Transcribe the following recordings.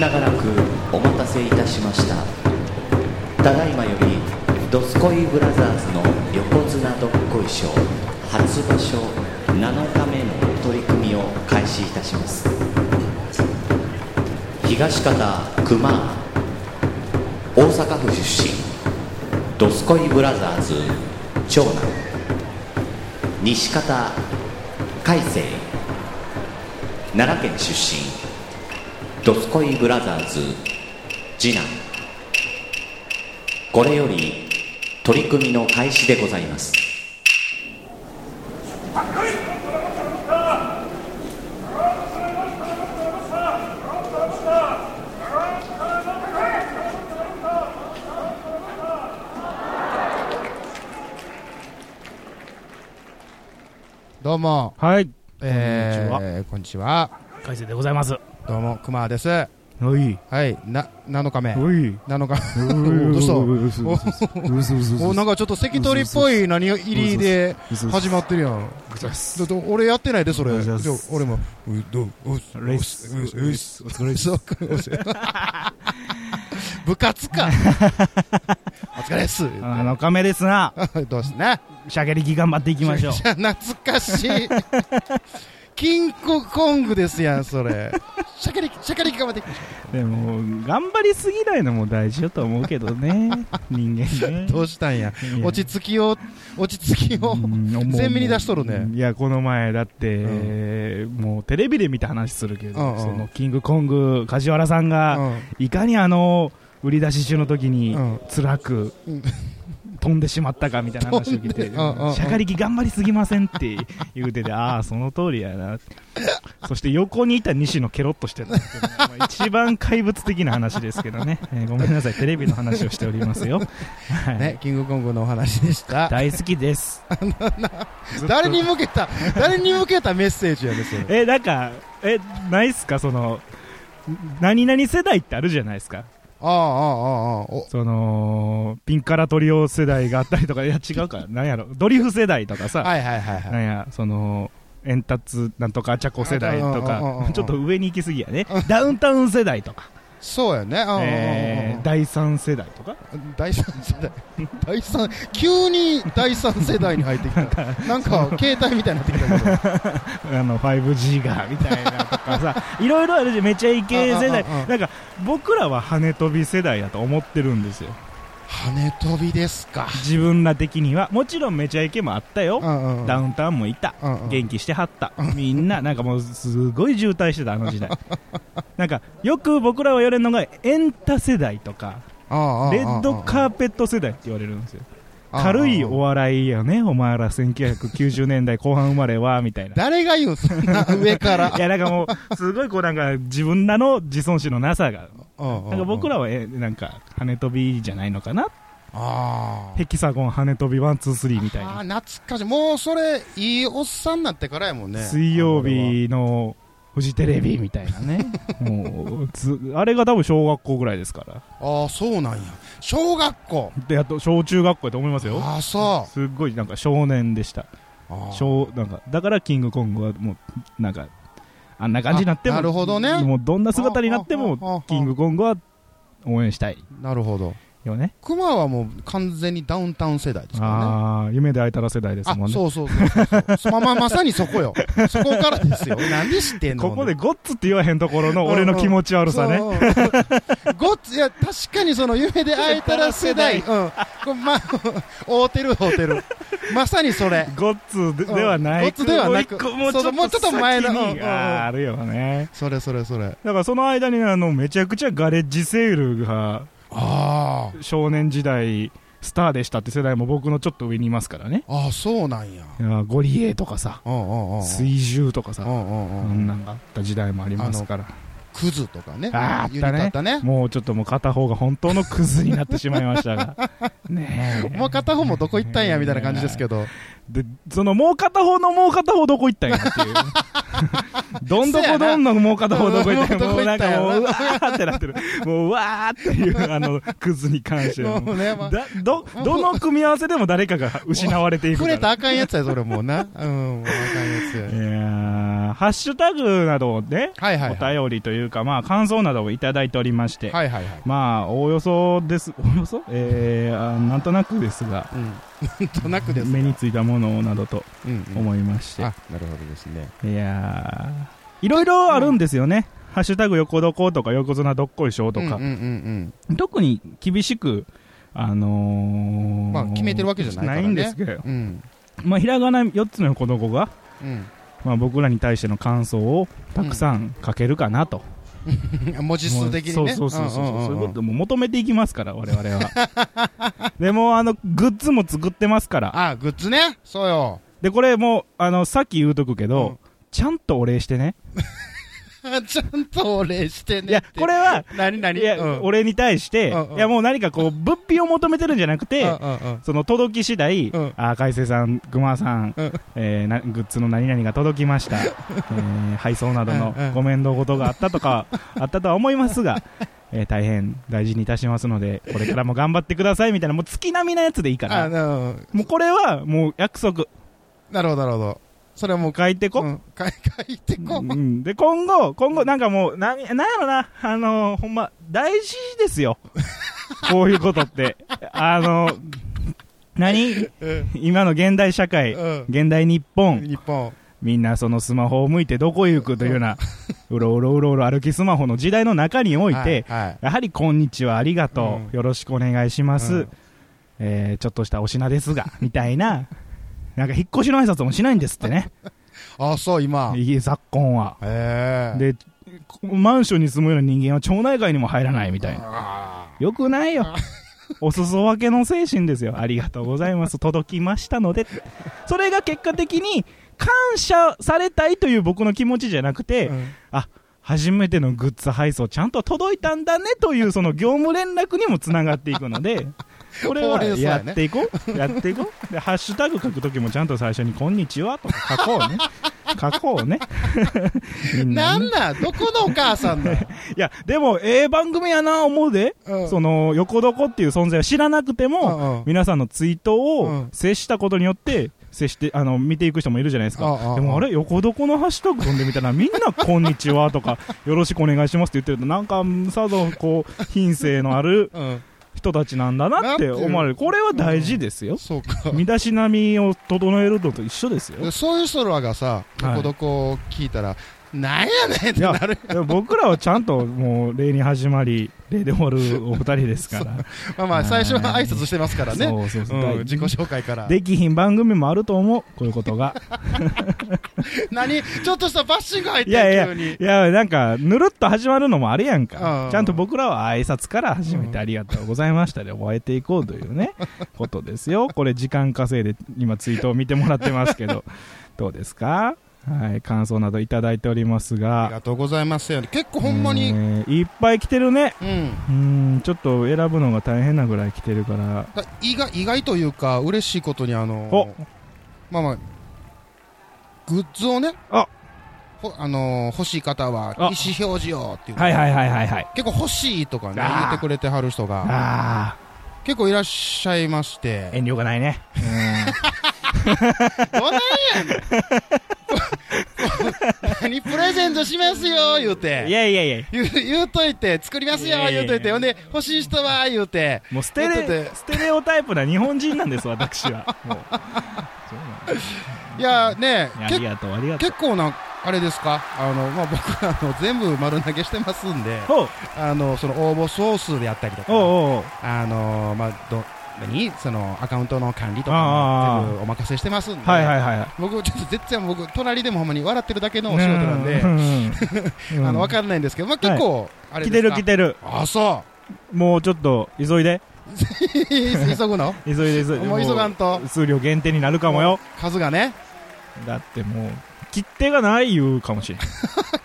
長らくお待たせいたしましたただいまよりドスコイブラザーズの横綱どっこい賞初場所7日目の取り組みを開始いたします東方熊大阪府出身ドスコイブラザーズ長男西方海星奈良県出身ドスコイブラザーズ次男これより取り組みの開始でございますどうも、はい。えこんー、こんにちは。海星でございます。どうも、くまです。はおい。い、な、7日目。おい。 7日どどうしたう目。お、なんかちょっと関取っぽい何入りで始まってるやん。だって俺やってないで、それ。お願いしじゃますあ俺も、う、どう、う、う、う、う、う、う、う、レッスう、う、部活か。お疲れっす。あの、カメですな。どうしてね。シャケリキ頑張っていきましょう。じゃあ懐かし い。キンココングですやん、それ。シャカリキ、シャカリキ頑張って。 でも、頑張りすぎないのも大事だと思うけど ね。人間ね。どうしたんや。いや落ち着きを、落ち着きを。うん 前面に出しとるねいや、この前、だって、もうテレビで見た話するけど、うんうんその、キングコング、梶原さんうが、んいかにあの、売り出し中の時にうん、辛くうん、飛んでしまったかみたいな話を聞いて、飛んシでうんうんうんャカリキ頑張りすぎませんって言うてて、ああ、その通りやなって。そして横にいた西野ケロッとしてたっていうのがまあ一番怪物的な話ですけ どね。えーごめんなさい、テレビの話をしておりますよ。はいね、キングコングのお話でした。大好きです。ずっ と誰に向けた、誰に向けたメッセージやで、それ。え、なんか、え、ないっすか、その、何々世代ってあるじゃないですか。 ああ、ああ、ああ、お、その、ピンカラトリオ世代があったりとか、いや、違 うか、なんやろ、ドリフ世代とかさ、はいはいはいは。ないんや、その、エンタツなんとかチャコ世代とあうんうんうんうかん、ちょっと上に行きすぎやね、ダウンタウン世代とか、そうやね。うんうんうんうんえー第三世代とか、第三世代。第三、急に第三世代に入ってき た。なんか、携帯みたいになってきた けど。あの 5G がみたいなと かさ、いろいろあるじゃん、めちゃイケ世代うんうんうんう、んなんか、僕らは羽飛び世代だと思ってるんですよ。羽飛びですか。自分ら的にはもちろんめちゃイケもあったよ、うんうんダウンタウンもいた、うんうん元気してはった、みんななんかもうすごい渋滞してたあの時代 なんかよく僕らは言われるのがエンタ世代とかああああレッドカーペット世代って言われるんですよああ軽いお笑いよねお前ら1990年代後半生まれはみたいな誰が言うんそんな上からい やなんかもうすごいこうなんか自分らの自尊心のなさがなんか僕ららはえなんか羽飛びじゃないのかなあヘキサゴン羽飛びワンツースリーみあたいなああ懐かしいもうそれいいおっさんになってからやもんね水曜日のフジテレビみたいなねもうずあれが多分小学校ぐらいですからああそうなんや小学校であと小中学校やと思いますよああそすっごいなんか少年でしたうああ小なんかだからキングコングはもうなんかあんな感じになってもあなるほどねもうどんな姿になってあああああもあキングコングは応援したいなるほどよねクマはもう完全にダウンタウン世代ですからねああ夢で会えたら世代ですあもんねそうそうそうそうそうまあまあまさにそこよそこからですよ何知ってんのここでゴッツって言わへんところの俺の気持ち悪さねそううんごっついや確かにその夢で会えたら世 代、うん、これ ま合うてる合うてるまさにそれゴッツでではない。ゴッツではなくもう一個そのももううちちょょっとっと前前のの。あうんうんーあるよね。それそれそれだからその間にあの、めちゃくちゃガレッジセールがあー少年時代スターでしたって世代も僕のちょっと上にいますからね。あーそうなんやいやーゴリエとかさ、うんうんうんうん水獣とかうさ、んうそんうんんなんがあった時代もありますから。クズとかねあーあったねユニットあったねもうちょっともう片方が本当のクズになってしまいまし たが。ねえもう片方もどこ行ったんやみたいな感じですけど で、そのもう片方のもう片方どこ行ったんやっていう。どんどこどんのもう片方どこ行ったうんもうなんかもどこ行ったんやろう、うわーってなってる。もう、うわーっていう、あの、クズに関してはももうう。ね、まあ、だど、どの組み合わせでも誰かが失われていくくかれたら。らあかんやつや、それもうな。うん、もうあかんやい つ。やーハッシュタグなどで、はいはい、はい。お便りというか、まあ、感想などをいただいておりまして、はいはいはい。まあ、おおよそです、おおよそえー、あなんとなくですが、うん。 なんとなくです。目についたものなどとうん、うん。思いまして、あ、なるほどですね。いやーいろいろあるんですよね。ハッシュタグ横どことか、横綱どっこいしょうとかうん、うんうん特に厳しく、あのーまあ決めてるわけじゃないからねんですけど、うん。うん。まあ、ひらがな4つの横どこが、まあ、僕らに対しての感想をたくさん書けるかなと。うん。 文字数的にね。もうそうそうそうそう。そういうことと。も求めていきますから、我々は。 でも、あの、グッズも作ってますから。あ、グッズね。そうよ。 で、これもう、あの、さっき言うとくけど、うんちゃんとお礼してね。ちゃんとお礼してね。いや、こ。れは、何い何や、うん、お礼に対して、うんうんいや、もう何かこう、物品を求めてるんじゃなくて、うんうんうん。その届き次第、うんあー海星さん、熊さん、うんえーなグッズの何々が届きま した、えー配送などのうんうんご面倒事があった とか、あったとは思いますが、えー大変大事にいたしますので、これからも頑張ってくださいみたいな、もう月並みなやつでいいかあ、ら、なるほど。もうこれはもう約束、なるほど、なるほど。それはもう、書いてこ。うん、書い書いてこうう。ん、で今後、今後、なんかもう、なんなんやろな、あのーほんま、大事で すよ、こういうことって。あのー何うん今の現代社会、うん現代日本、日本。みんなそのスマホを向いてどこ行くというような、うろうろうろうろ歩きスマホの時代の中において、ははい。やはりこんにちは、ありがとうんう、よろしくお願いしまうすん、えーちょっとしたお品ですが、みたいな、なんか引っ越しの挨拶もしないんですってね、あ、そう、今。いい昨今は。へえ。で、マンションに住むような人間は町内会にも入らないみたいな。あよくないよ。お裾分けの精神ですよ。ありがとうございます。届きましたので。それが結果的に感謝されたいという僕の気持ちじゃなくーて、うん初めてのグッズ配送ちゃんと届いたんだねというその業務連絡にもつながっていくの で、これほうはれん草ややねっていこう。やっていこう。で、ハッシュタグ書くときもちゃんと最初にこんにちはとか書 こうね。書こうね。 みんななねんなんどこのお母さんだよいや、でも、ええ番組やな思うで。うん その、横床っていう存在を知らなくても、うんうん皆さんのツイートうをん接したことによって、接して、あの、見ていく人もいるじゃないですうんうんうんか。でもあれ、横床のハッシュタグ飛んでみたら、みんな、こんにちは とか、よろしくお願いしますって言ってると、なんか、さぞ、こう、品性のあるうん。人たちなんだなって思われる。これは大事ですよ。そうか。身だしなみを整えるのと一緒ですよ。そういう人らがさ、どはいこどこを聞いたら、なんやねんっていやなる。でも僕らはちゃんと、もう、礼に始まり、礼で終わるお二人ですから。まあまあ、はい最初は挨拶してますからね。そうそうそう。うん、自己紹介から。できひん番組もあると思う、こういうことが。何ちょっとしたバッシング入っていやいるや急に。いや、なんか、ぬるっと始まるのもあれやんうかん。ちゃんと僕らは挨拶から始めてありがとうございましたで終えていこうとい うね、ことですよ。これ時間稼いで今ツイートを見てもらってます けど、どうですかはい、感想などいただいておりますありが。がとうございますよ。結構ほんまに、えうん。ーいっぱい来てるね。うん、ちょっと選ぶのが大変なぐらい来てるから。だ意外、意外というか、嬉しいことに、あおの、まあまあ、グッズをね、あほあのー欲しい方は、あ意思表示をっていう。はいはいはいはいはい。結構欲しいとかね、あー言ってくれてはる人が、あ結構いらっしゃいましてー、。遠慮がないね。うんどないやねん 何プレゼントしますよ言ういてやいやいや。言う言うといて作りますよいやい言やいうやといてほんで欲しい人は言うてもうステだってレステレオタイプな日本人なんです、私 は。もうそうなんですいやねいやあけりがとう、ありがとう。結構なあれですかあの、まあ、僕あの全部丸投げしてますんでおうあのその応募総数であったりとかおうおうあのまあど何そのアカウントの管理とあかあも全部お任せしてますんで、はいはいはいはい。僕ちょっと絶対僕隣でもほんまに笑ってるだけのお仕事なんで、うん あの分かんないんですけど、まあ、結構、あれ来でてすかる来てる。あ そもうちょっと、急いで。う急ぐの急いで、急いで。 もう急がんともう数量限定になるかもよ。数がね だってもう、切手がない言うかもしれ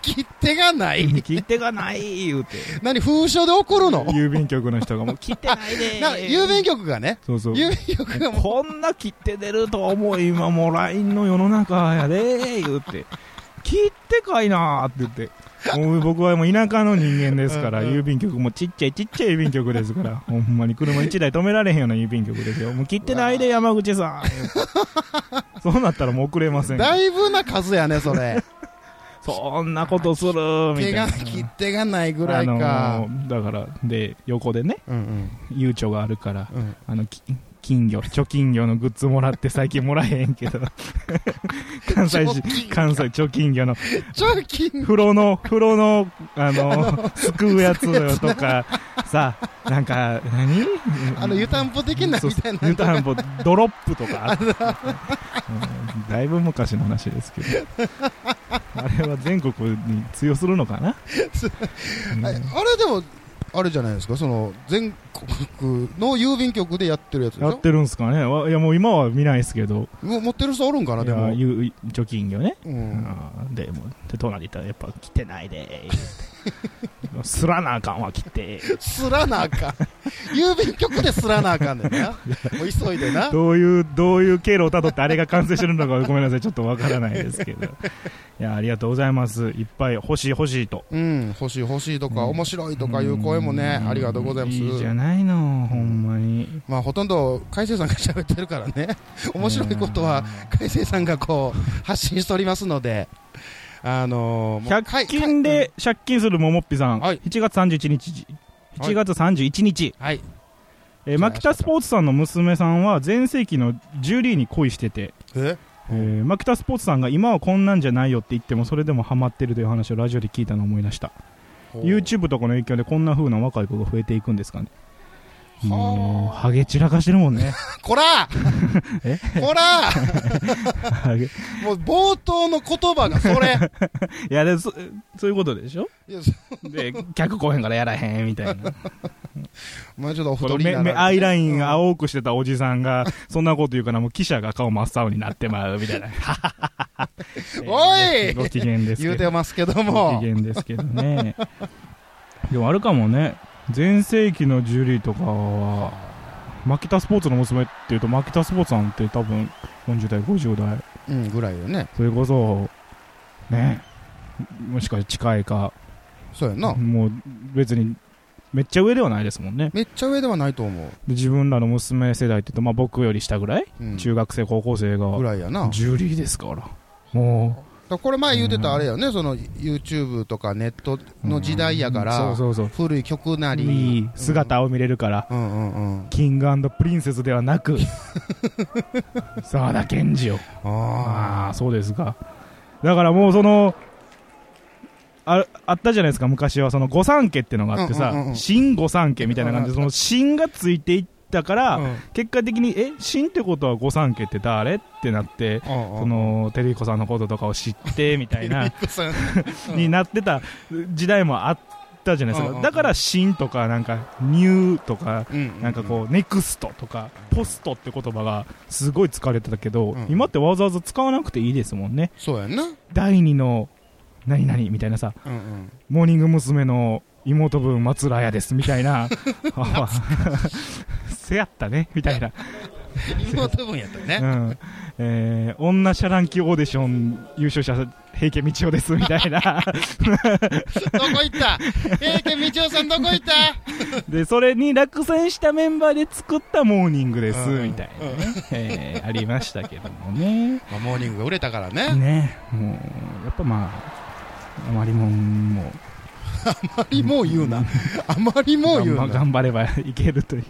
切手がなない。い切手がない言 うて。何封書で送るの郵便局の人がもう、切手ないでな郵便局がねそうそう。郵便局 がもうこんな切手出ると思う今もう LINE の世の中やで言うて切ってかいなーって言って。もう僕はもう田舎の人間ですから、うんうん郵便局もちっちゃいちっちゃい郵便局ですから、ほんまに車1台止められへんような郵便局ですよ。もう切ってないで山口 さん。そうなったらもう遅れません。だいぶな数やね、そ れ。そんなことするみた手いなが。切手がないぐらいあのか。ーだから、で、横でね、うん悠長があるから、うんうん。あの、き金魚、貯金魚のグッズもらって最近もらえへんけど、関西貯金人、魚関西貯金魚の、貯金風呂の、風呂の、あの、すくうやつとか、さ、なんか、何あの湯たんぽ的なみたいなそうそう湯たんぽ、ドロップとかあった、うんだいぶ昔の話ですけど。あれは全国に通用するのかな、うんあれでも、あれじゃないですか、その全国の郵便局でやってるやつでしやっょてるんすかねわいや、もう今は見ないですけど、も持ってる人おるんかな、いでもや。ゆ貯金魚ね。うん、あーでもで隣行ったらやっぱ来てないで ーすらなあかんわ来てすらなあ かん。郵便局ですらなあかんねんな。もう急いでな。 どういうどういう経路をたどってあれが完成してるのかごめんなさいちょっとわからないで すけどいやありがとうございますいっぱい欲しい欲しいとうん、欲しい欲しいとか、うん面白いとかいう声もね、んありがとうございます。いいじゃないのほんまにまあ、ほとんど海星さんが喋ってるから ね、面白いことは海星さんがこう発信しておりますので、あのー、もう100均で借金するももっぴさん、はい7月31日はい7月31日、はい、えーマキタスポーツさんの娘さんは全盛期のジュリーに恋しててええーマキタスポーツさんが今はこんなんじゃないよって言ってもそれでもハマってるという話をラジオで聞いたのを思い出した YouTube とかの影響でこんな風な若い子が増えていくんですかねはあもうハゲ散らかしてるもん ねこら えこらハゲいもう冒頭の言葉がそ れやでそそういうことでしょいやそ で客来へんからやらへんみたいなまあちょっとおこ太のりに目なられ目てアイラインが青くしてたおじさんがそんなこと言うからもう記者が顔真っ青になってまうみたいな おい えーご機嫌ですけ言どうてますけどごも 機、嫌ですけどねでもあるかもね全盛期のジュリーとかはマキタスポーツの娘っていうとマキタスポーツさんって多分40代50代うん、ぐらいよねそれこそねもしかして近いかそうやんな、もう別にめっちゃ上ではないですもんねめっちゃ上ではないと思で自分らの娘世代っていうと、まあ、僕より下ぐらい、う、うん、中学生高校生ぐがらいやなだかジュリーですからもらこれ前言うてたあれやねその YouTube とかネットうの時代やから、うんそうそう古い曲なそうりいい姿を見れるから、うんうんうんキングプリンセスではな く沢田研二をあああそうですかだからもうそのああったじゃないですか昔はその御三家ってのがあってさ、うんうんうんうん新御三家みたいな感じでその新がついていったから、あうん結果的にえ新ってことは御三家って誰ってなってうんうんその照彦さんのこととかを知ってみたいなさん になってた時代もあったじゃないですうんうんうかんだから新とかなんかニューとかうんなんかこう、ネクストとか、ポストって言葉がすごい使われてたけど、うん今ってわざわざ使わなくていいですもんね。そうやんなうん第二の、何々みたいなさ、うんモーニング娘。の妹分松浦やですみたいな、あ せやったね、みたいな。妹分やったうね ん。えー、女シャランキオーディション優勝者、平家道夫です、みた いな。どこ行った平家道夫さんどこ行 ったで、それに落選したメンバーで作ったモーニングです、うんみたいなね。えー、ありましたけどもね。まあモーニングが売れたからねねもうやっぱまああまりもんもあまりもう言うなあまりもう言う頑張 な頑張ればいけるという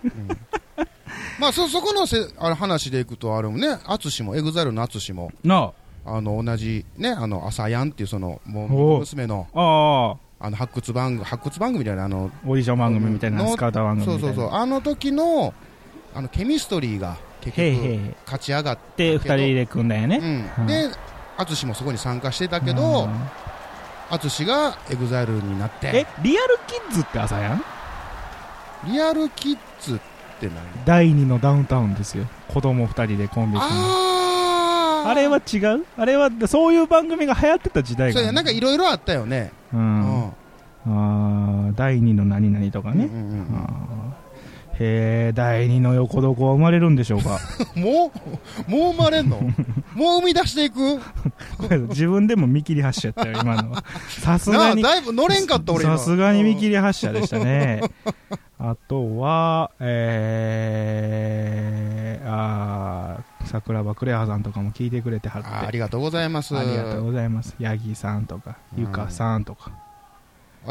まあそそこのせあの話でいくとあれもね淳も EXILE の淳もなあの同じねあの朝やんっていうそのもおうう娘のああああの発掘番組発掘番組みたいなあのオーディション番組みたいなのスカウター番組そみうたいそうなそうあの時のあのケミストリーが結へいへい局勝ち上がっでだ二け人どで組んだよて、ねうん、で淳もそこに参加してたけうどん淳が EXILE になってえリアルキッズって朝やんリアルキッズって何第二のダウンタウンですよ子供二人でコンビ組むあーあれは違うあれはそういう番組が流行ってた時代そうがやなんかいろいろあったよねううんんあー第二の何々とかうんうねんうんあーへえ、第二の横床は生まれるんでしょうか。もう、もう生まれん のもう生み出していく自分でも見切り発車やったよ、今 のは。さすながあ、に、だいぶ乗れんかった俺今さすがに見切り発車でしたね。あとは、えー、あー桜庭クレアさんとかも聞いてくれてはって。あありがとうございます。ありがとあうございます。ヤギさんとか、ゆかさんとか。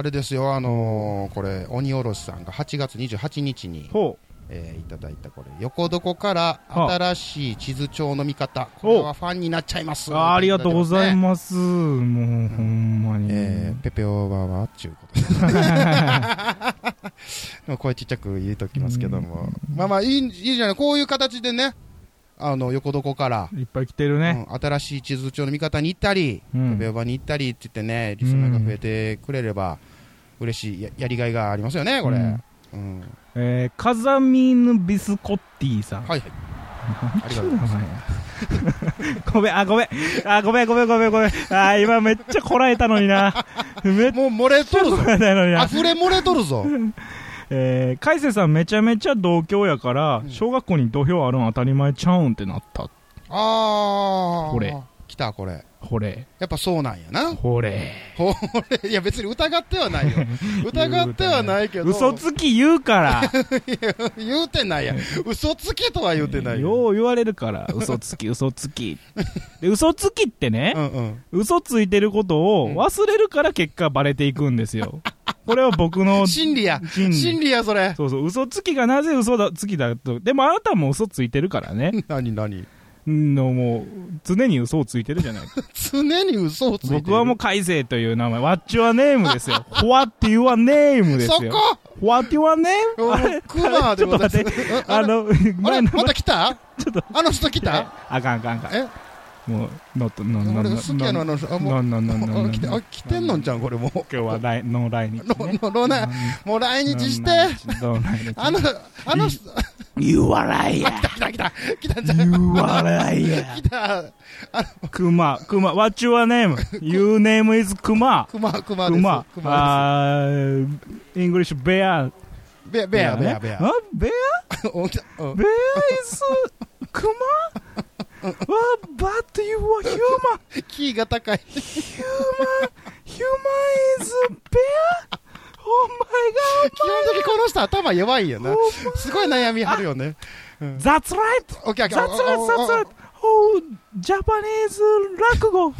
れですよ、あのーこれ、鬼おろしさんが8月28日に、ほえーいただいたこれ、横床からはあ新しい地図帳の見方、これはファンになっちゃいます。う。あーありがとうございす。ます。もう、ほんまに。えー、ペペオーバーはっちゅうことで でも声ちっちゃく言うときますけども、まあまあいいいいじゃないこういう形でねあの横床から、いっぱい来てるね。うん新しい地図帳の見方に行ったり、うんペペオーバーに行ったりって言ってねリスナーが増えてくれれば嬉しいややりがいがありますよねこれ、ううんんえー、カザミヌ・ビスコッティさん。はいはいありがとうございますす。ごめん、あ、ごめん。あ、ごめん、ごめん、ごめん、ごめん。あー、今めっちゃこらえたのにな。めっちもう漏れとゃるこぞらえたのにな。溢れ漏れとるぞえー、海星さんめちゃめちゃ同郷やから、小学校に土俵あるん当たり前ちゃうんってなった。ああこれ来たこれほれ、やっぱそうなんやなほれ。ほ れいや別に疑ってはないよ疑ってはないけど嘘つき言うから。言うてないやん嘘つきとは言うてないよう言われるから、嘘つき、嘘つき。で、嘘つきってね、うんうん嘘ついてることを忘れるから結果バレていくんですよ。これは僕の真理や真理真理やそれそうそう、嘘つきがなぜ嘘だつきだと。でもあなたも嘘ついてるからね。何何うんのもう、常に嘘をついてるじゃない。常に嘘をついてる僕はもう海星という名前、ワッチュアネームですよ。ホワって言わネームですそよ。こホワって言わネームもうクマでございますちょっと待うんああれの、あれ前のまた来たちょっと。あの人来たあかんあかんあかん。えもう、ノット、ノット、俺ノ好きやのあのあもうット、ノッあト、来てあ来てんのんちゃんこれもう今日は来ノー来日、ね。ののなもう来日してノー来日あのあの人言わないや。来た来た来たんじゃん言わないや。来たクマ、クマ、What's your name? Your name is クマ。クマクマクですマ。クマあー、English bear. ですベアベアベアベアあ、ベアお来たうんベア is クマ ?What? But you are human. キーが高い Human, human is bear? Oh my 基本的にこの人頭弱いよなほん。すごい悩みあるよね。 god. That's right. オッケーオッケ That's ー。 right, おおお that's right. Oh, Japanese 落語。た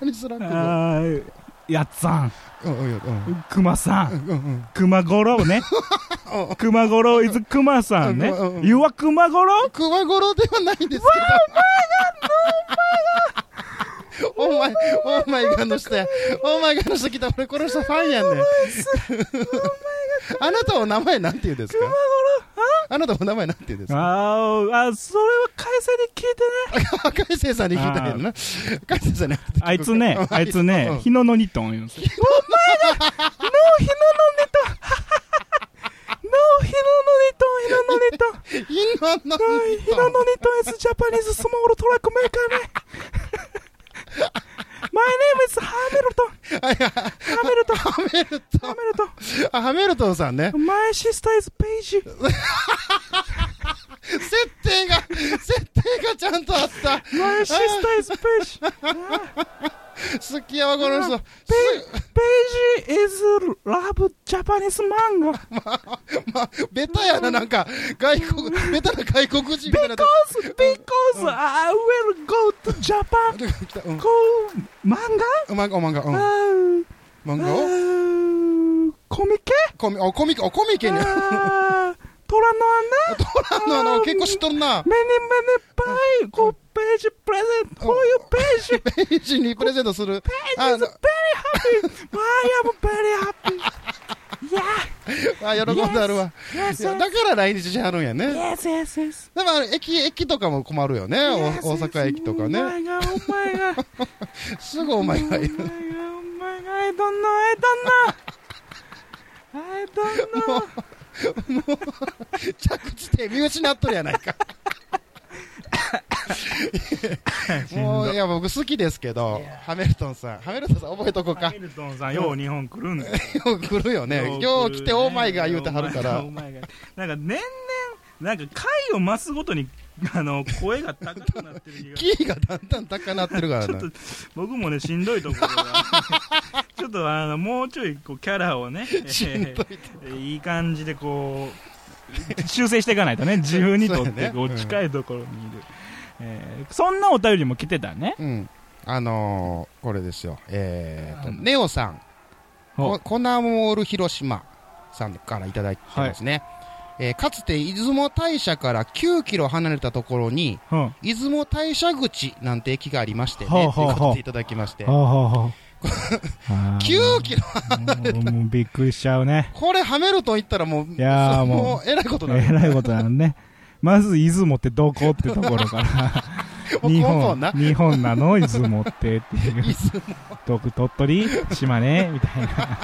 まにスラックがあーやっさん、うんうんうんクマさん。うんうん。熊五郎 ね。熊五郎 is 熊さんねうんうん。 You are 熊五郎熊五郎ではないんですけど。お前が、お前が。お前がの人や。お前がの人来た。俺この人ファンやねん。あなたお名前なんて言うんですかあなたお名前なんて言うんですかあーあ、それは会社に聞いてね。赤井先生に聞いたんやろな。赤井先生に会ってあいつね、 あいつうんね、日野のニトン言うんですよ。お前が、ノー日野のニトン No いいのあんな日野のニトン、日野のニトン。日野のニトン is Japanese small truck maker ね。My name is ハーメルトン。ハーメルトン。ハハメルトンーメルトン。あハメルトンさんね。 My sister is Paige. 設定が、設定がちゃんとあった。 My sister is Paige. 好きやわ、この人。ペページ is love Japanese manga まあ、ベタやな、なんか、外国、ベタな外国人みたいな。 because because I will go to Japan 来たうんこう漫漫画、お漫画、画う。うん漫画あをーコミケコミ、お、コミケ、お、コミケ に。あー虎の穴トランのあの、結構知っとるな。 many many buy 5ページプレゼント for you ページページにプレゼントする。 I あ is の very happy I am very happy yeah あ、喜んであるわ。い yes やだ yes から来日しはるんやね。 yes yes yes でもあの、駅、駅とかも困るよね。お大阪駅とか Oh my ね。 god, oh my god. すぐお前が言 Oh う。 my god, oh my god, I don't know, I don't know. I don't know. 着地点見失っとるやないか。もう、いや、僕好きですけど、ハミルトンさん、ハミルトンさん覚えとこうハかミ。ルトンさん、よう日本来るんだよ。よ く来るよね。よう来て、オーマイガー言うてはるから オー。マイガーなんか年々、なんか回を増すごとに、あの、声が高くなってる気が。キーがだんだん高なってるからちょっなと。僕もねしんどいところ がちょっとあのもうちょいこうキャラをね しんどいとこえーいい感じでこう修正していかないと ね自分にとっそうやてねこううん近いところにいる、えーそんなお便りも来てたねうん。あのー、これですよ。えーと、あのネオさん、おココナモール広島さんからいただいてますね。えーかつて出雲大社から9キロ離れたところに、うんは出雲大社口なんて駅がありましてね、はあはあはというあことでいただきましてあ、はあは あ9キロ、もうもうびっくりしちゃう ねこれハメルトン行ったらもう、いやーもうもうえらいことになえる。らいことなのねまず出雲ってどこってところからもう日根本本な、日本なの出雲ってっていういつも僕鳥取島根みたいな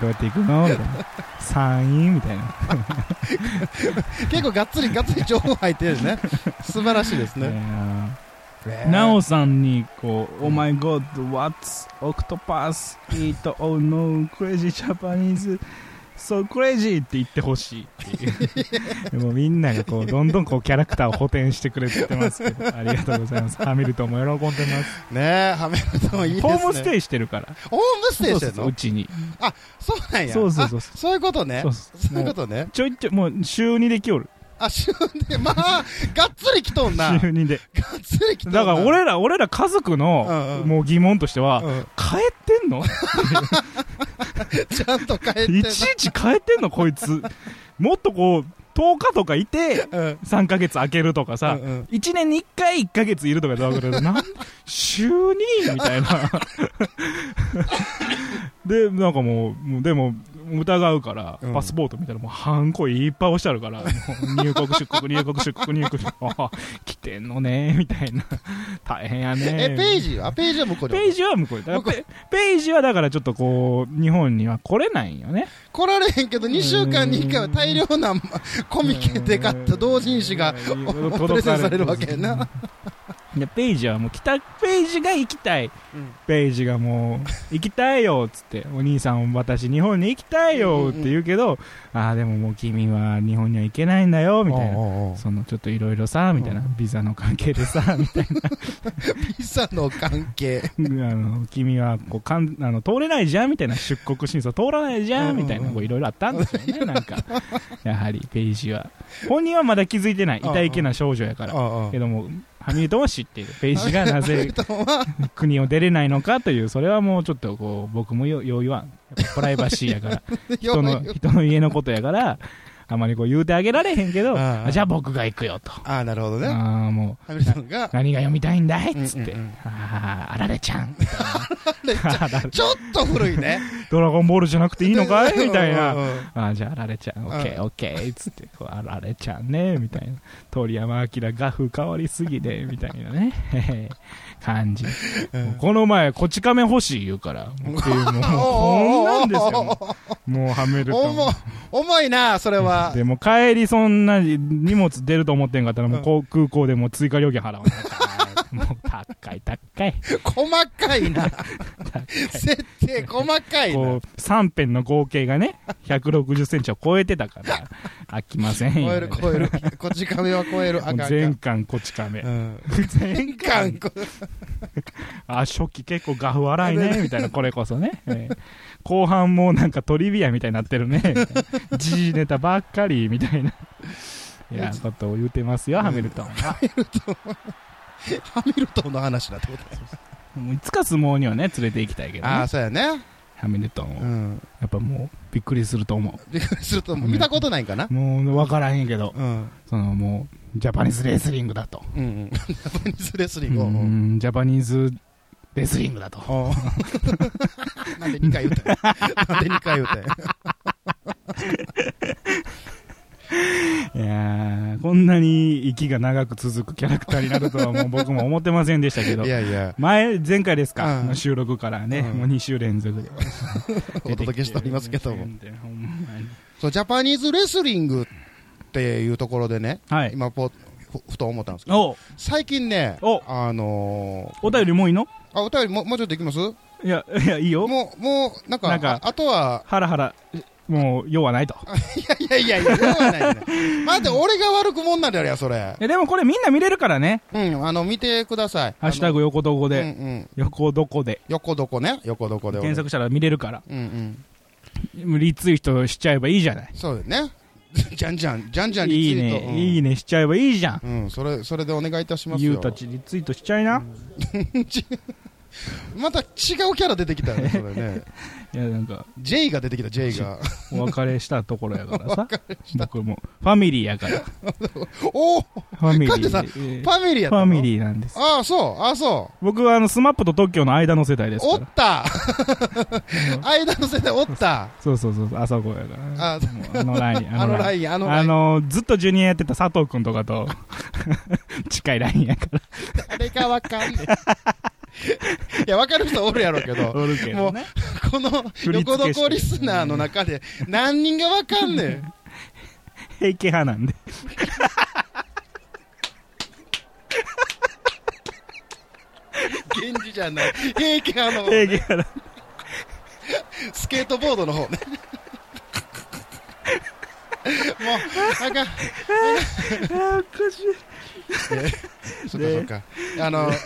どうやって行くのみたいな山陰みたいな結構がっつりがっつり情報入ってるね。素晴らしいですね。えーなおさんにこう「Oh my god what's octopus eat oh no crazy Japanese so crazy」って言ってほしいっていう でもみんながこうどんどんこうキャラクターを補填してくれてますけどありがとうございますハミルトンも喜んでますねえ、ハメルトンいいですね。ホームステイしてるからホームステイしてんそうそうそうのうちにそうなんや。そうそうそうあそういうことねそう。そうそういうことね。ちょいちょいもう週2で来よるあ、週で、まあ、がっつり来とん週な。がっ2でつり来とんな。だから、俺ら、俺ら家族うんのう、んもう疑問としては、うん、帰ってんのちゃんと帰っていちいち帰ってんのこいつ。もっとこう、10日とかいな。て、うん。 3ヶ月空けるとかさうんうん、 1年に1回1ヶ月いるとかだけど、なん、週2みたいな。 で、なんかもうもう、でも、疑うからうん、パスポート見たらもう、ハンコいっぱい押してあるから、もう入国出国、入国出国、入国出国、あ来てんのね、みたいな。大変やね。え、ページはページは向こうで。ページは向こうだ向こうペページはだからちょっとこう日本には来れないんよね来られへんけど、2週間に1回は大量なまコミケで買った同人誌がうんお届プレかれゼンされるわけやな。でページはもう来たページが行きたい、うんページがもう行きたいよっつってお兄さん私日本に行きたいよって言うけど、ああでももう君は日本には行けないんだよみたいなおうおうおうそのちょっといろいろさみたいな、ビザの関係でさみたいピザの関係。なあの君はこうかんあの通れないじゃんみたいな出国審査通らないじゃんみたいうんうなんこういろいろあったんでしょうねなんか やはりページは本人はまだ気づいてない痛いけな少女やからあけどもハミルトンは知っているページがな ぜあ。は、国を出れないのかというそれはもうちょっとこう僕もよよう言わんやっぱプライバシーや から人の人の家のことやからあまりこう言うてあげられへんけどああじゃあ僕が行くよとああ、なるほどね。ああもハミルトンがう、何が読みたいんだいっつって、うんうんうんあああられちゃんめっちゃちょっと古いね。ドラゴンボールじゃなくていいのかい みたいうんうな。んうん。あじゃあ、あられちゃん、オッケー、オッケー、つって、こうあられちゃんね、みたいな。鳥山明、画風変わりすぎ で、みたいなね、へへ感じ。もうこの前、こち亀欲しい言うから、っていう、もう、こんなんですよ。 もうもう、はめると。重重いな、それは。でも、帰り、そんな荷物出ると思ってんかったら、もうこう、空港でもう追加料金払わないから。 もう、高い、高い。細かい な。設定細かいなこ。う、3辺の合計がね、160センチを超えてたから、飽きませんよ。超える超える。こち亀は超える。あかんもあうかん全巻こち亀う。ん。 全 全巻巻。こあ、初期結構ガフ笑いね、みたいな、これこそね。えー後半もなんかトリビアみたいになってるね。みたいな G ネタばっかり、みたいな。いや、ことを言うてますよ、ハミルトンは。ハミルトンの話だってことだよもういつか相撲にはね、連れて行きたいけどね、ああ、そうやね。ハミルトンうを。ん。やっぱもう、びっくりすると思びっくりすると、見たことないんかなう。。もう、わからへんけど、うん。そのもう、ジャパニーズレスリングだと。うんうん。 ジャパニーズレスリうングを。ん、ジャパニーズレスリングだと。おう なんで2回言うたんやなんで2回言うたんやいやーこんなに息が長く続くキャラクターになるとはもう僕も思ってませんでしたけどい。やいや、前、前回ですか、うん収録からね、うんもう2週連続で。 お届けしておりますけども。ほんまにそう、ジャパニーズレスリングっていうところでね、はい。今ポ、ふふと思ったんですけど、お最近ねお、あのーお便りもういいのあ、お便りももうちょっといきますもいや、いや、いいよ。う、もう、なんか、なんかああとは、 ハラハラ、もう、用はないと。いやいやいや、言わないね。待って、俺が悪くもんなんだよ、それい。やでもこれみんな見れるからね。うん、あの、見てください。ハッシュタグ横どこうんうで。ん。横どこで。横どこね、横どこで俺。検索したら見れるから。うんうん。リツイートしちゃえばいいじゃない。そうだよね。 じゃんじゃん、じゃんじゃんいいリツイートね、いいねしちゃえばいいじゃん。うん、うん、それ、それでお願いいたしますよ。ゆうたちリツイートしちゃいな。また違うキャラ出てきた ね、それね。いや、なんか、 J が出てきた、J が。お別れしたところやか らさ。僕も、ファミリーやから。フおおファミリカンテーさんで。えーファミリーやったのァミリーなんです。ああ、そう、ああ、そ僕はあの、スマップと特許の間の世代でう。すおかっら。た 間の世代おったそうそうそうそう、朝子やから。あもうあのライン、あのラン。イン、あのラあイン。の、ずっとジュニアやってた佐藤くんとかと、 近いラインやから。あれがわ かんねえ。いや、わかる人おるやろうけど、おるけどね。この振り付けして横床リスナーの中で何人がわかんね 平気派なんで。え。源氏じゃない。平気派の、平気派なんスケートボードの方ね。もう、あかん。あー、おかしそうかそうか。あの、い。ジ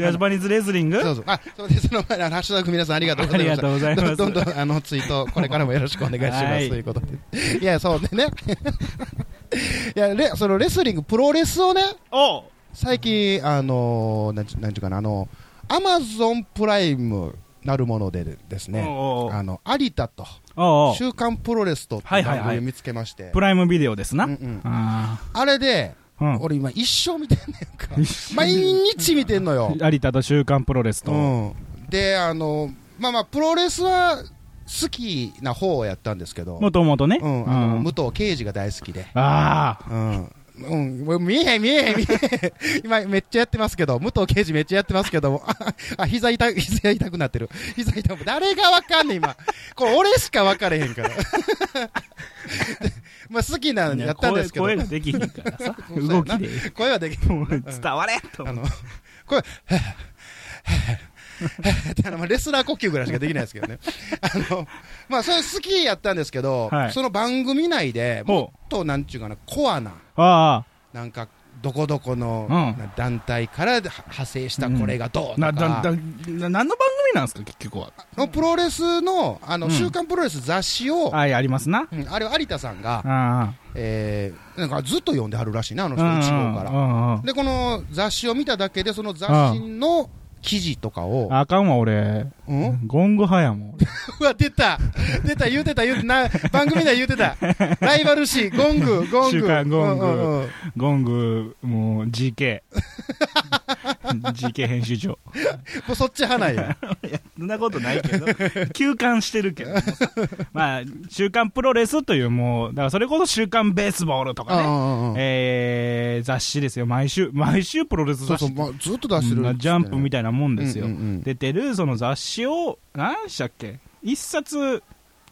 ャパニーズレスリングそうそう。あ、そうです。その前にあのハッシュタグ皆さんありがとうござあいりましがとた。うございます。どんどんどんあのツイート、これからもよろしくお願いします、はいということで。いや、そうでね。 いやレそのレスリング、プロレスをね、おう最近、あのーなんちゅなんちゅうかな、あの、アマゾンプライムなるものでですね、おうおうあの、有田と、おうおう週刊プロレスとってはいいうはいはい番組を見つけましてプ、ライムビデオですな。うんうんああれで、ー俺今一生見てんねんかう。ん。毎日見てんのよ。有田と週刊プロレスと。うん、であのまあまあプロレスは好きな方やったんですけど、もともとね。うん、あのうん武藤敬司が大好きで、ああ。うんうん、もう見えへん見えへん見えへん今めっちゃやってますけど武藤敬司めっちゃやってますけどもああ膝痛い膝痛くなってる膝痛く誰がわかんねん今これ俺しか分かれへん からでまあ好きなのやったんですけど。声声ができひんからさ そうや動なきで。声はできもう伝われんとあ思う。の、これ、ってあのまあレスラー呼吸ぐらいしかできないですけど ね。あの、まあ、それ好きやったんですけど、はいその番組内で、ほうもっと、なんちゅうかな、コアな、あなんか、どこどこの、うんな団体から派生したこれがどうあ。な、とかだ、だ、な何の番組なんですか、結局は。のプロレスの、あの、うん週刊プロレス雑誌を、はい、ありますな。うんあれを有田さんが、あえーなんかずっと読んではるらしいな、あのあ。人、一号かうら。んうんうんで、この雑誌を見ただけで、その雑誌の記事とかを、あかんわ、俺。うんゴング派やもん。うわ、出た出た言うてた言うてな、番組では言うてた。ライバル視、ゴング、ゴング。週刊ゴングうんうんうんゴング、もう、GK。GK 編集長。もうそっち派なん や。そんなことないけど、休館してるけ どもさ。まあ、週刊プロレスというもう、だからそれこそ週刊ベースボールとうんうかね。んうんえー、雑誌ですよ。毎週、毎週プロレスそう雑誌。そう、まあ、ずっと出してる、うんジャンプみたたいなもんですよ。うんうんうん出てる、その雑誌を、何でしたっけ一冊、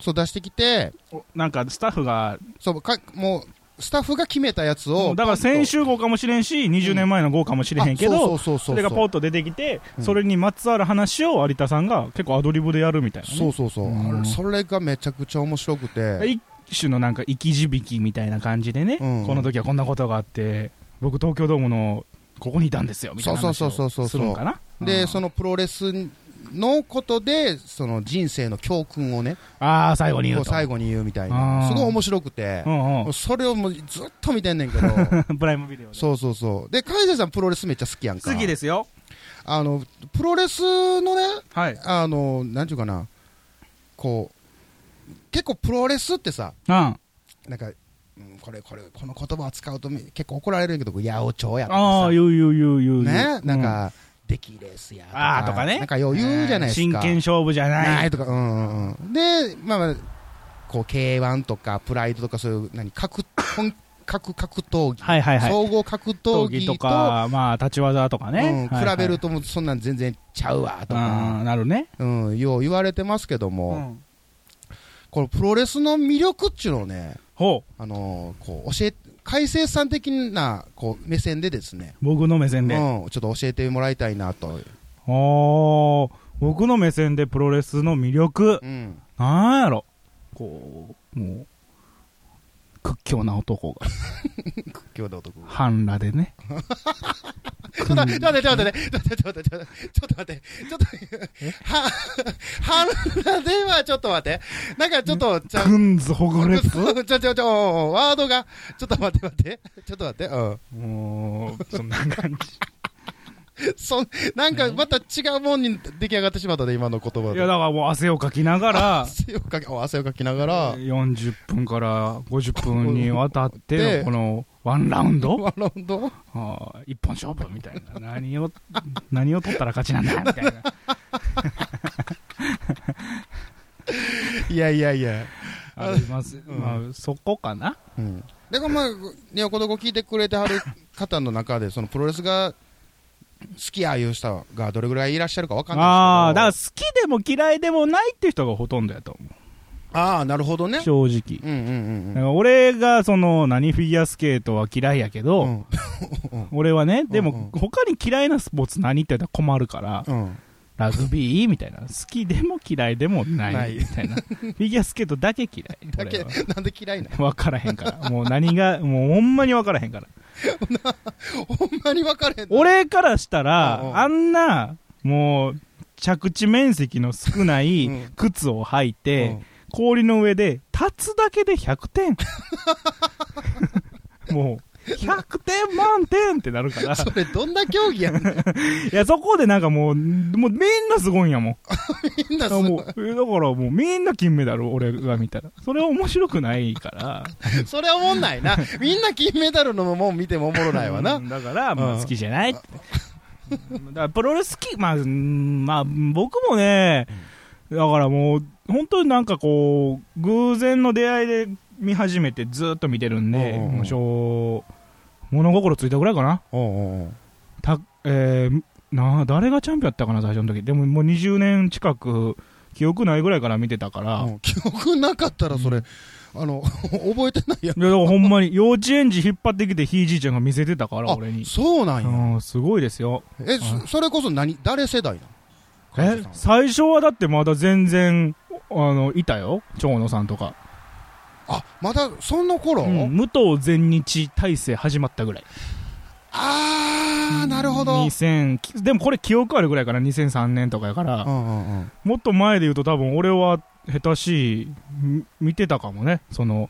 そう、出してきて、おなんかスタッフが、そう、かもう、スタッフが決めたやつを。だから先パ週号かもしれんし、20年前の号かもしッれとへんけあどそ、うそうそうそう。それがポッと出てきて、うんそれにまつわる話を有田さんが結構アドリブでやるみたいなね、そうそうそう。うんあれそれがめちゃくちゃ面白くて。一種のなんか生き字引みたいな感じでね、うんこの時はこんなことがあって僕東京ドームのここにいたんですよみたいな話そうそうそうそうそうをするんかなで、そののプロレスのことで、その人生の教訓をね、ああ最後に言こううと最後に言うみたいあな。ーすごい面白くて。うんうそれをもうずっと見てんねん けど、 ん、プライムビデオでそうそうそう、で、海瀬さん、プロレスめっちゃ好きやんか、好きですよあのプロレスのね、はいあのなんていうかな、こう、結構プロレスってさ、うんあなんか、うんこれ、これ、この言葉を使うとみ結構怒られるんやけど、八百長やとあかさ、言う言う言う言うね、なんうか、出来レースやとあーとかねなんか余裕じゃないですか、真剣勝負じゃないないとか、うんうんうん、で、まあまあ、こう、K1 とか、プライドとか、そういう、何、格、本格格闘技。はいはいはい総合格闘技ととかまあ立ち技とかね、うん、はいはい比べるともうそんなん全然ちゃうわとうか、んなるね、うん、よう言われてますけどうも、ん、このプロレスの魅力っちゅうのをね、ほうあのーこう教え海星さん的なこう目線でですね、僕の目線で。あうん、ちょっと教えてもらいたいなと、ー、僕の目線でプロレスの魅力う。ん、なんやろ。こう、もう、屈強な男が、屈強な 男。半裸でね。ちょっと 待って、ちょっと待って、ちょっと待って、ちょっと待って、ちょっと待って、ちょっと待って、は、はんではちょっと待って、なんかちょっと、ちゃくんずほぐれつ。 ちょちょちょ、ワードが、ちょっと待って待って、ちょっと待って、うん。もう、そんな感じ。そん、なんかまた違うもんに出来上がってしまったね、今の言葉 いで。や、だからもう汗をかきながら、汗をかき、お汗をかきながら、 40分から50分にわたってでの、この、ワンラウンドワンラウンドあー一本勝負みたいな。何を、 何を取ったら勝ちなんだみたいな。いやいやいや。あります。うんまあ、そこかなうん。で、こまあ、ね、こどこ聞いてくれてはる方の中で、そのプロレスが、好きやいう人がどれぐらいいらっしゃるかわかんないですけど。ああー、だから好きでも嫌いでもないっていう人がほとんどやと思ああ、なるほどう。ね。正直。うんうんうんだから俺が、その、何フィギュアスケートは嫌いやけうど、ん。俺はね、でうんうんも、他に嫌いなスポーツ何って言ったら困るから、うん。うん。ラグビーみたいな。好きでも嫌いでもなないい。みた いな。フィギュアスケートだけ嫌い。だけ俺は、なんで嫌いな分からへんから。もう何が、もうほんまに分からへんから。のほんまに分かれへん。俺からしたら、うんうんあんな、もう、着地面積の少なういん靴を履いて、うん氷の上で立つだけで100点 もう100点満点ってなるからそれどんな競技やねん。いやそこでなんかもうもうみんなすごいんやもんみんなあすごもいうえだからもうみんな金メダル俺が見たらそれは面白くないからそれはおもんないな。みんな金メダルのもん見てもおもろないわなう。んだから、うまんあ、好きじゃないって。だからプロレス好き、まあ、うんまあ、僕もね、だからもう、本当になんかこう、偶然の出会いで見始めて、ずっと見てるんで、うんうんうんもう小物心ついたぐらいかな。おうおうたえーな誰がチャンピオンやったかな、最初の時でももう20年近く、記憶ないぐらいから見てたから、おううん記憶なかったらそれ、あの、 覚えてないやん。いや、だからほんまに、幼稚園児引っ張ってきて、ひいじいちゃんが見せてたから、あ俺に、。そうなんや。うん、すごいですよ。え、そそれこそ何、誰世代なのえ最初はだってまだ全然あのいたよ長野さんとか、あ、まだその頃、うん武藤全日体制始まったぐらいあー、なるほど。 2000きでもこれ記憶あるぐらいかな2003年とかやから、うんうんうん。もっと前で言うと多分俺は下手しいみ見てたかもねその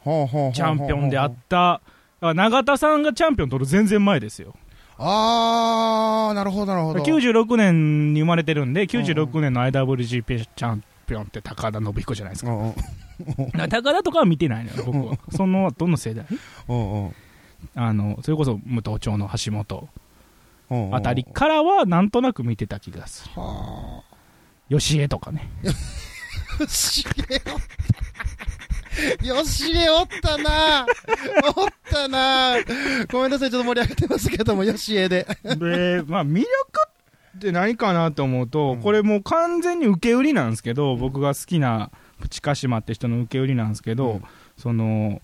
ほうほうほうほうチャンピオンであったあ永田さんがチャンピオン取る全然前ですよあー、なるほどなるほど。 96年に生まれてるんで96年の IWGP チャンピオンって高田信彦じゃないでうすかんうんだから高田とかは見てないのよ僕はその後の世代うんうんあのそれこそ無藤町の橋本うんうんあたりからはなんとなく見てた気がするは吉江とかねあ。しげおった。 よしげおったな。おったな。ごめんなさい、ちょっと盛り上がってますけども、よしえ で。で、まあ、魅力って何かなと思うと、これもう完全に受け売りなんですけど、僕が好きなプチカシマって人の受け売りなんですけど、うんその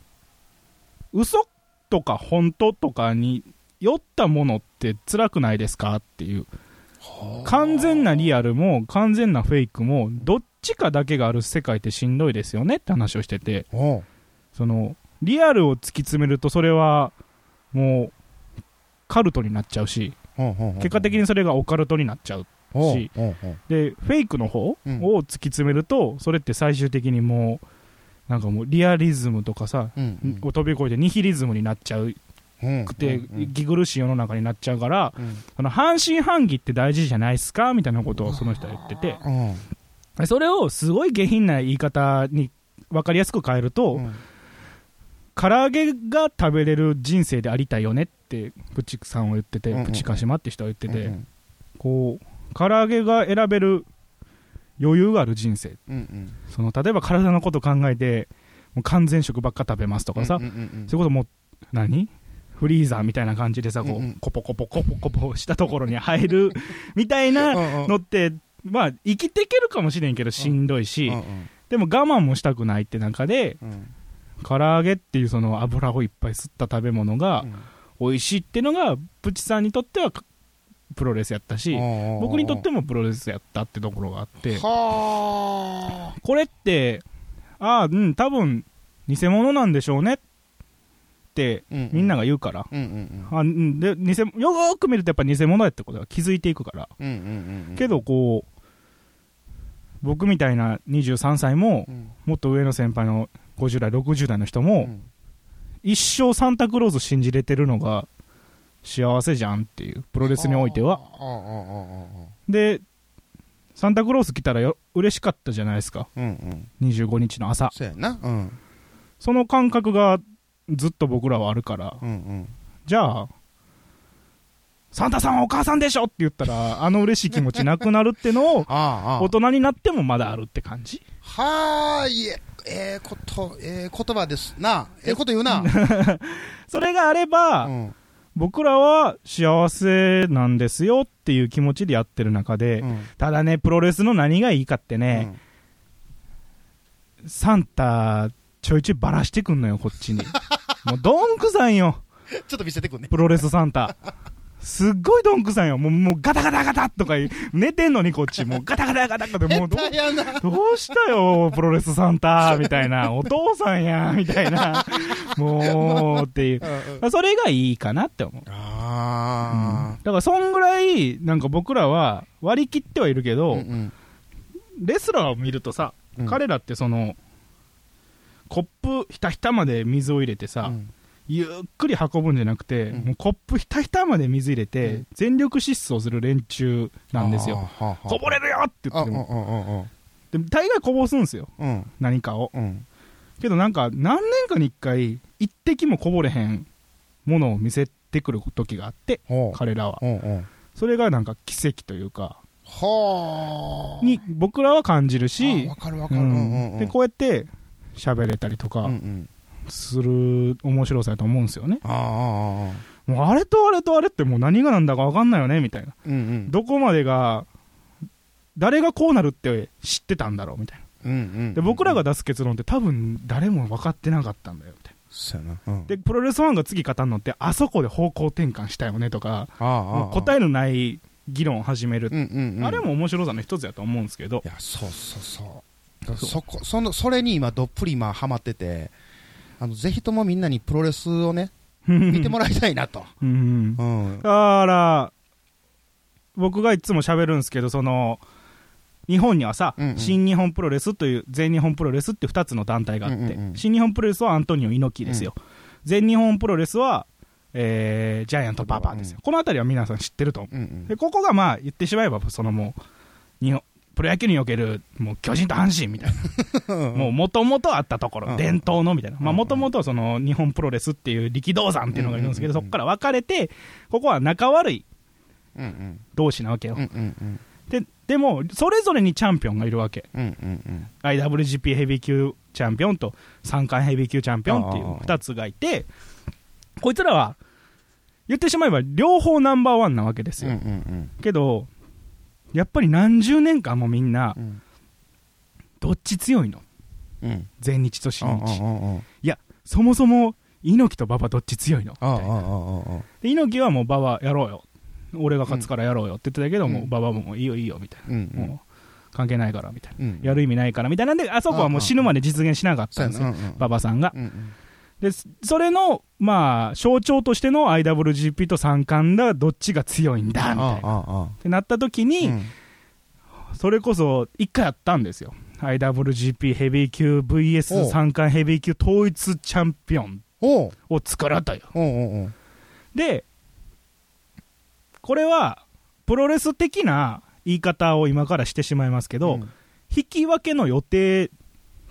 嘘とか本当とかに酔ったものって辛くないですかっていう完全なリアルも完全なフェイクもどっちかだけがある世界ってしんどいですよねって話をしてて、おうそのリアルを突き詰めるとそれはもうカルトになっちゃうし結果的にそれがオカルトになっちゃうしでフェイクの方をうん突き詰めるとそれって最終的にもうなんかもうリアリズムとかさを飛び越えてニヒリズムになっちゃうくて息苦しい世の中になっちゃうからその半信半疑って大事じゃないですかみたいなことをその人は言っててでそれをすごい下品な言い方に分かりやすく変えると、唐揚げが食べれる人生でありたいよねってプチさんは言ってて、うんうんプチカシマって人は言ってて、こう唐揚げが選べる余裕がある人生その例えば体のこと考えてもう完全食ばっか食べますとかさ、それこそもう何フリーザーみたいな感じでさこう、うんうんコポコポコポコポしたところに 入るみたいなのってまあ生きていけるかもしれんけどしんどいし、でも我慢もしたくないって中で唐揚げっていうその油をいっぱい吸った食べ物がうん美味しいってのが、プチさんにとってはかプロレスやったし、僕にとってもプロレスやったってところがあって、はこれって、ああ、うん、多分、偽物なんでしょうねって、あ、うんみんなが言うから、うんうんあうんで偽よーく見るとやっぱ偽物やってことが気づいていくから、うんうんうんうんけどこう僕みたいな23歳もうんもっと上の先輩の50代60代の人も、うん一生サンタクロース信じれてるのが幸せじゃんっていうプロレスにおいてはあああああでサンタクロース来たらよ嬉しかったじゃないですかあああうんうん25日の朝そうやなうんその感覚がずっと僕らはあるからうんうん、じゃあ、サンタさんはお母さんでしょって言ったら、あの嬉しい気持ちなくなるってのをああああ大人になってもまだあるって感じ。はーいえええことええ言葉ですなええこと言うなそれがあれば、うん僕らは幸せなんですよっていう気持ちでやってる中で、うんただね、プロレスの何がいいかってね、サンタ、ちょいちょいばらしてくんのよ、こっちに。もう、どんくさいよ、うんちょっと見せてくんねプロレスサンタ。すっごいどんくさいよ。もう、もうガタガタガタとか言う、寝てんのにこっち、もうガタガタガタガタ、もうどう下手やなどうしたよ、プロレスサンタ、みたいな、お父さんや、みたいな、もう、っていう。それがいいかなって思う。あだから、そんぐらい、なんか僕らは割り切ってはいるけあど、うんレスラーを見るとさ、うん彼らってその、コップひたひたまで水を入れてさ、うんゆっくり運ぶんじゃなくて、うんもうコップひたひたまで水入れて、うん全力疾走する連中なんですよ。ああはあはあこぼれるよって言あっうてんうんも。うんでも大概こぼすんですよ、うんうん何かを。うんけどなんか何年かに1回一滴もこぼれへんものを見せてくる時があってほう彼らはうんうんそれがなんか奇跡というかはあに僕らは感じるあしわかるわうかるうんうんうんんでこうやって喋れたりとうんうかんする面白さだと思うんですよねああああああもうあれとあれとあれってもう何がなんだか分かんないよねみたいなうんうんどこまでが誰がこうなるって知ってたんだろうみたいなうんうんで僕らが出す結論って多分誰も分かってなかったんだよみたいなそうやなうんでプロレスファンが次語るのってあそこで方向転換したよねとかああああ答えのない議論を始める、うんうんうんあれも面白さの一つやと思うんですけどいやそうそうそうそうそこそのそれに今どっぷり今ハマっててあのぜひともみんなにプロレスをね見見てもらいたいなとうんだうんから僕がいつも喋るんですけどその日本にはさ、うんうん新日本プロレスという全日本プロレスっていう2つの団体があって、うんうんうん新日本プロレスはアントニオ猪木ですよ、全日本プロレスは、えージャイアントパパですよ、うこの辺りは皆さん知ってると思ううんうんでここがまあ言ってしまえばそのもう日本プロ野球におけるもう巨人と阪神みたい なもう元々あったとこうんうろん伝統のみたいなまあうんうん元々はその日本プロレスっていう力道山っていうのがいるんですけどうんうんそうんこから分かれてここは仲悪いうんうん同士なわけようんうんででもそれぞれにチャンピオンがいるわけうんうんうん IWGP ヘビー級チャンピオンと三冠ヘビー級チャンピオンっていうあー2つがいてこいつらは言ってしまえば両方ナンバーワンなわけですうんうんうよんけどやっぱり何十年間もみんなうんどっち強いのうん全日とあ新あああ日そもそも猪木と馬場どっち強いのみああああたいなああで猪木はもう馬場やろうよ俺が勝つからやろうよって言ってたけど、もううん馬場ももういいよいいよみたいうんうな、んもう関係ないからみたいな、うんやる意味ないからみたいなんであそこはもう死ぬまで実現しなかっそうたんやなですようんうん馬場さんがうんうんでそれのまあ象徴としての IWGP と三冠だどっちが強いんだみあたいあなっああてなった時に、うんそれこそ1回あったんですよ IWGP ヘビー級 VS 三冠ヘビー級統一チャンピオンおうを作らったよおうおうおうでこれはプロレス的な言い方を今からしてしまいますけど、うん引き分けの予定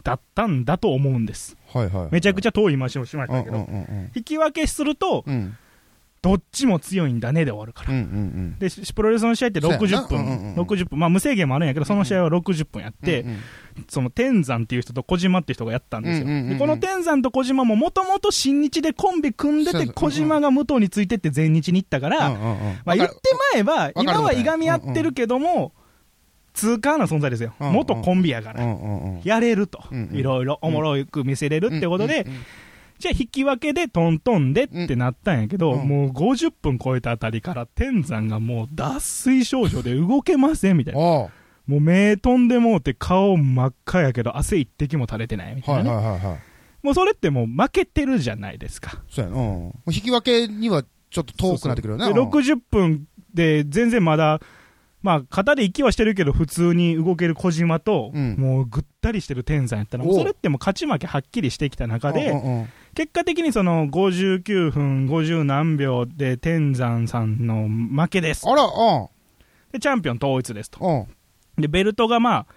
だったんだと思うんですはいはいめちゃくちちゃ遠い回しをしましうんたうけんうどん引き分けするとうんうんどっちも強いんだねで終わるかうらんうんでしプロレスの試合って60そうやなうんうん分うん60分まあ無制限もあるんやけどその試合は60分やって、うんうんその天山っていう人と小島っていう人がやったんですよ、うんうんうんうんでこの天山と小島ももともと新日でコンビ組んでそうて、そう小島が武藤についてって全日に行ったから、うんうんうんまあ、言ってまえば、る今はいがみ合ってるけども、通過な存在ですよ、うんうん元コンビやから、うんうんうん。やれると、うんうんいろいろおもろく見せれるってことうで、んうんうんじゃあ引き分けでトントンでってなったんやけど、うんもう50分超えたあたりから天山がもう脱水症状で動けませんみたいな。おうもう目飛んでもうて顔真っ赤やけど汗一滴も垂れてないみたいはないね。はいはいはい。もうそれってもう負けてるじゃないですか。そうやな。うん。もう引き分けにはちょっと遠くなってくるよね。でうん60分で全然まだ、まあ肩で息はしてるけど普通に動ける小島と、うんもうぐったりしてる天山やったら、おうそれってもう勝ち負けはっきりしてきた中で、うんうんうん結果的にその59分50何秒で天山さんの負けです。あら、うん。で、チャンピオン統一ですと。うん。で、ベルトがまあ、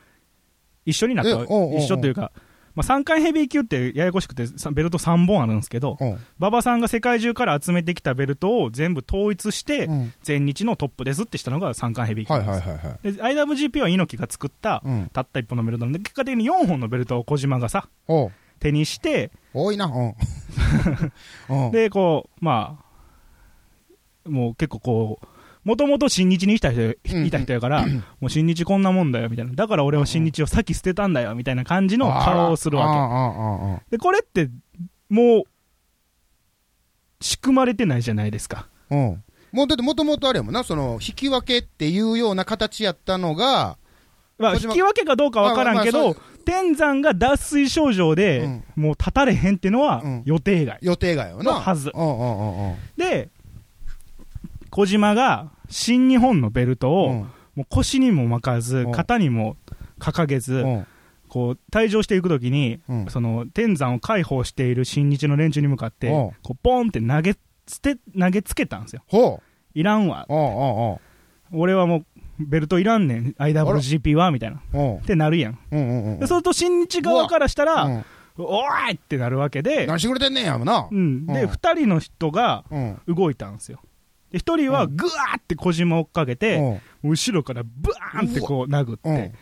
一緒になっえたおうおうおう一緒というか、まあ、3回ヘビー級ってややこしくて、さベルト3本あるんですけど、うん。馬場さんが世界中から集めてきたベルトを全部統一して、うん全日のトップですってしたのが3回ヘビー級はいなはんいです。はいはい。で、IWGP は猪木が作った、うん。たった1本のベルトなんで、結果的に4本のベルトを小島がさ、おう手にして、多いな。うん。うん。で、こう、まあ、もう結構こう、もともと新日にいた人うんいた人 やから、もう新日こんなもんだよみたいな、だから俺は新日をさっき捨てたんだよみたいな感じの顔をするあわあああああけ。で、これって、もう、仕組まれてないじゃないですか。うん。もうだってもともとあれやもんな、その、引き分けっていうような形やったのが、まあ、小島引き分けかどうかわからんけまあまどあま、天山が脱水症状で、うんもう立たれへんってのはうん予定外。予定外よな。のはずうんうんうんうん。で、小島が新日本のベルトを、うんもう腰にも巻かずうん、肩にも掲げず、うんこう、退場していくときに、うんその、天山を解放している新日の連中に向かって、うんこう、ポンって投げ、つて、投げつけたんですよ。ほいらんわ。う。うん俺はもう、ベルトいらんねん。IWGP は、みたいな。うんうん。ってなるやん。うんうんうんうん。で、それと新日側からしたら、うんおーいってなるわけで、何してくれてんねんやもんなう。ん。うで、ん二人の人がうん。動いたんですよ。で、一人はぐわーって小島を追っかけて、うん後ろからブワーンってこう殴うってん、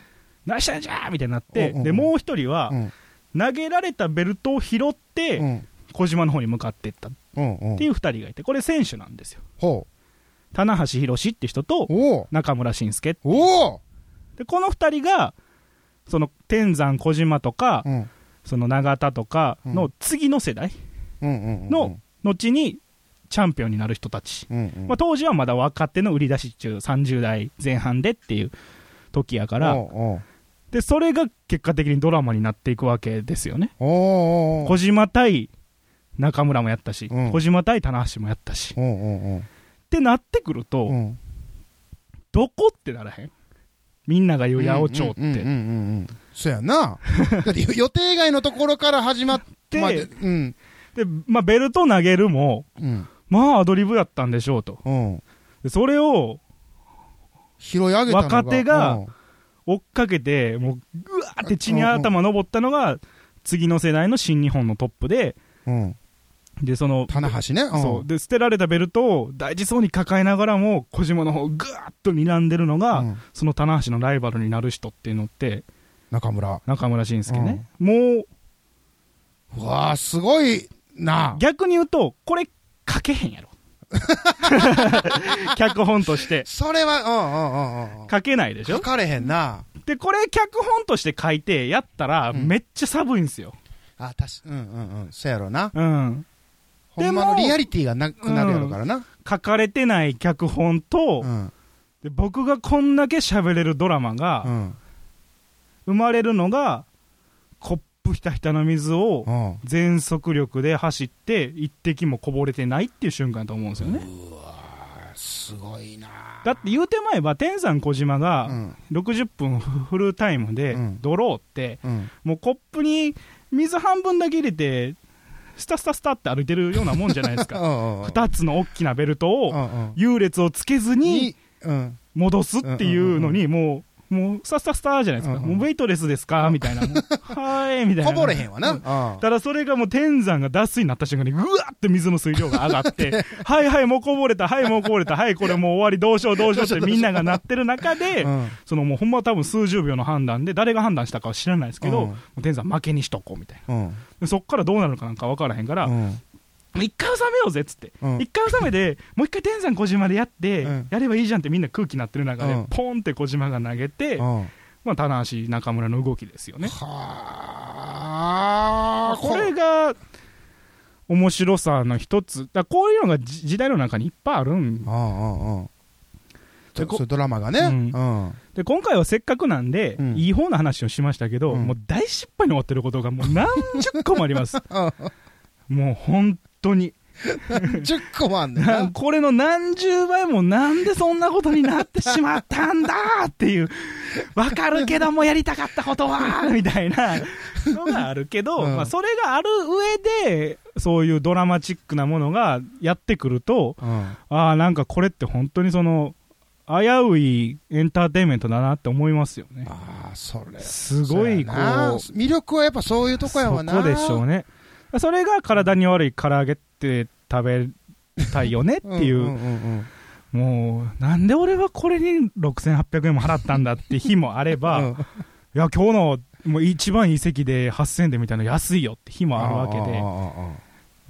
何したんじゃーみたいになっうんて、うんうんでもう一人はう、ん投げられたベルトを拾って、うん小島の方に向かっていったっうんうんていう2人がいて、これ、選手なんですよ、ほう。棚橋宏って人とおう中村慎介、おうでこの2人が、その天山、小島とか、うんその永田とかの次の世代うんうんうんの、後にチャンピオンになる人たち、うんうんまあ、当時はまだ若手の売り出し中、30代前半でっていう時やから、おうおうでそれが結果的にドラマになっていくわけですよね。おうおう小島対中村もやったし、うん小島対棚橋もやったし、うんうんってなってくると、うんうんどこってならへんみんなが言う八百長って。うんうんうんうんうんそや な。だって予定外のところから始まって、でまあうん。で、まあ、ベルト投げるも、うん。まあアドリブだったんでしょうと。うん。でそれを拾い上げたのが若手がうん追っかけて、もうぐわーって血に頭登ったのが、次の世代の新日本のトップで、うん。で、その、棚橋ね。んそう。で、捨てられたベルトを大事そうに抱えながらも、小島の方をぐわーっと睨んでるのが、うんその棚橋のライバルになる人っていうのって、中村。中村慎介ね。もう、うわあ、すごいな。逆に言うと、これ、書けへん やろ。脚本として。それは、うんうんうんうん。書けないでし書ょかれへんな。で、これ、脚本として書いて、やったら、うんめっちゃ寒いんですよ。あ、たし、うんうんうん。そやろな。うん。ほんまでのもリアリティがなくなるやろからな。書かれてない脚本と、うん。で僕がこんだけ喋れるドラマうが、ん。生まれるのが、コップひたひたの水をう、ん。全速力で走って、一滴もこぼれてないっていう瞬間だと思うんですよね。すごいな。だって言うてまえば、天山小島うが、ん。 60分 フルタイムでうん、ドローって、うん。もうコップに水半分だけ入れて、スタスタスタって歩いてるようなもんじゃないです うか。んうん。二つの大きなベルトうをんうん。優劣をつけずにに、うん。戻すっていうのに、もう、もう、スタスタスタじゃないですか。うんうんもう、ウェイトレスですかみた いな。もうはーい、みたいな。こぼれへんわな。ううんん。ただそれがもう天山が脱水になった瞬間に、うわーって水の水量が上 がって、はいはい、もうこぼれた、はい、もうこぼれた、はい、これもう終わり、どうしよう、どうしようってみんながなってる中で、うんそのもうほんま多分数十秒の判断で、誰が判断したかは知らないですけど、うんもう天山負けにしとこうみたいな。うん。でそっからどうなるかなんか分からへんから、うん一回収めようぜっつって、うん一回収めて、もう一回天山小島でやって、うんやればいいじゃんってみんな空気になってる中で、うんポンって小島が投げて、うんまあ、棚橋、中村の動きですよね。はあ、これが面白さの一つ、だからこういうのがじ時代の中にいっぱいあるんうんうんうん。でこそうドラマがね。ううんん。で、今回はせっかくなんで、うんいい方の話をしましたけど、うんもう大失敗に終わってることがもう何十個もあり ます。もう本当に。 10個もあん ねんなな。これの何十倍もなんでそんなことになってしまったんだっ ていう、わかるけどもやりたかったことは、みたいなのがあるけど、うんまあそれがある上で、そういうドラマチックなものがやってくると、うん。ああ、なんかこれって本当にその、危ういエンターテインメントだなって思いますよね。ああ、それ。すごい、こそうやなう、魅力はやっぱそういうとこやわな。そこでしょうね。それが体に悪い唐揚げって食べたいよねっていんう、んんもう、なんで俺はこれに6800円も払ったんだって日もあれば、いや、今日の、もう一番いい席で8000円でみたいなの安いよって日もあるわけで。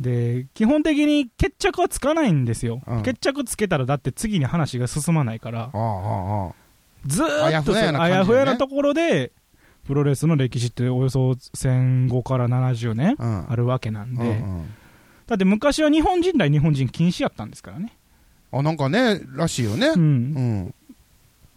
で基本的に決着はつかないんですよ、うん決着つけたらだって次に話が進まないからあああああああああああずあーやっとふそやな感じだよのねあやふやなところでプロレスの歴史っておよそ戦後から70年うんあるわけなんで、うんうんだって昔は日本人対日本人禁止やったんですからね、あなんかねらしいよねう、うんん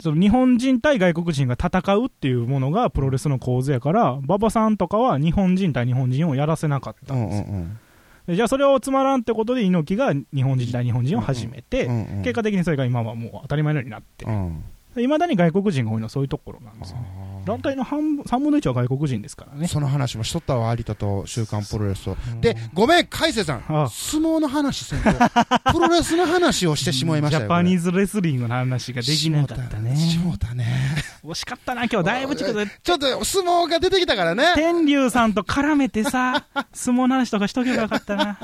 その日本人対外国人が戦うっていうものがプロレスの構図やから馬場さんとかは日本人対日本人をやらせなかったうんうんうんでじゃあそれをつまらんってことで猪木が日本人対日本人を始めて、うんうん結果的にそれが今はもう当たり前のようになってう、んいまだに外国人が多いのはそういうところなんですよね。団体の半分3分の1は外国人ですからね。その話もしとったわ有田と週刊プロレスとうんでごめん海瀬さんあ相撲の話せんとプロレスの話をしてしまいましたよジャパニーズレスリングの話ができなかったね。しもうたね惜しかったな、今日だいぶ近くで。ちょっと相撲が出てきたから ね天竜さんと絡めてさ、相撲の話とかしとけばよかったな。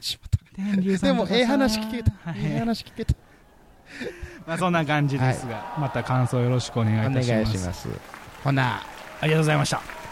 しも天竜うたでさんともかさええ話聞けたはいええ話聞けたまあそんな感じですが、また感想よろしくお願いいたします。ほなありがとうございました。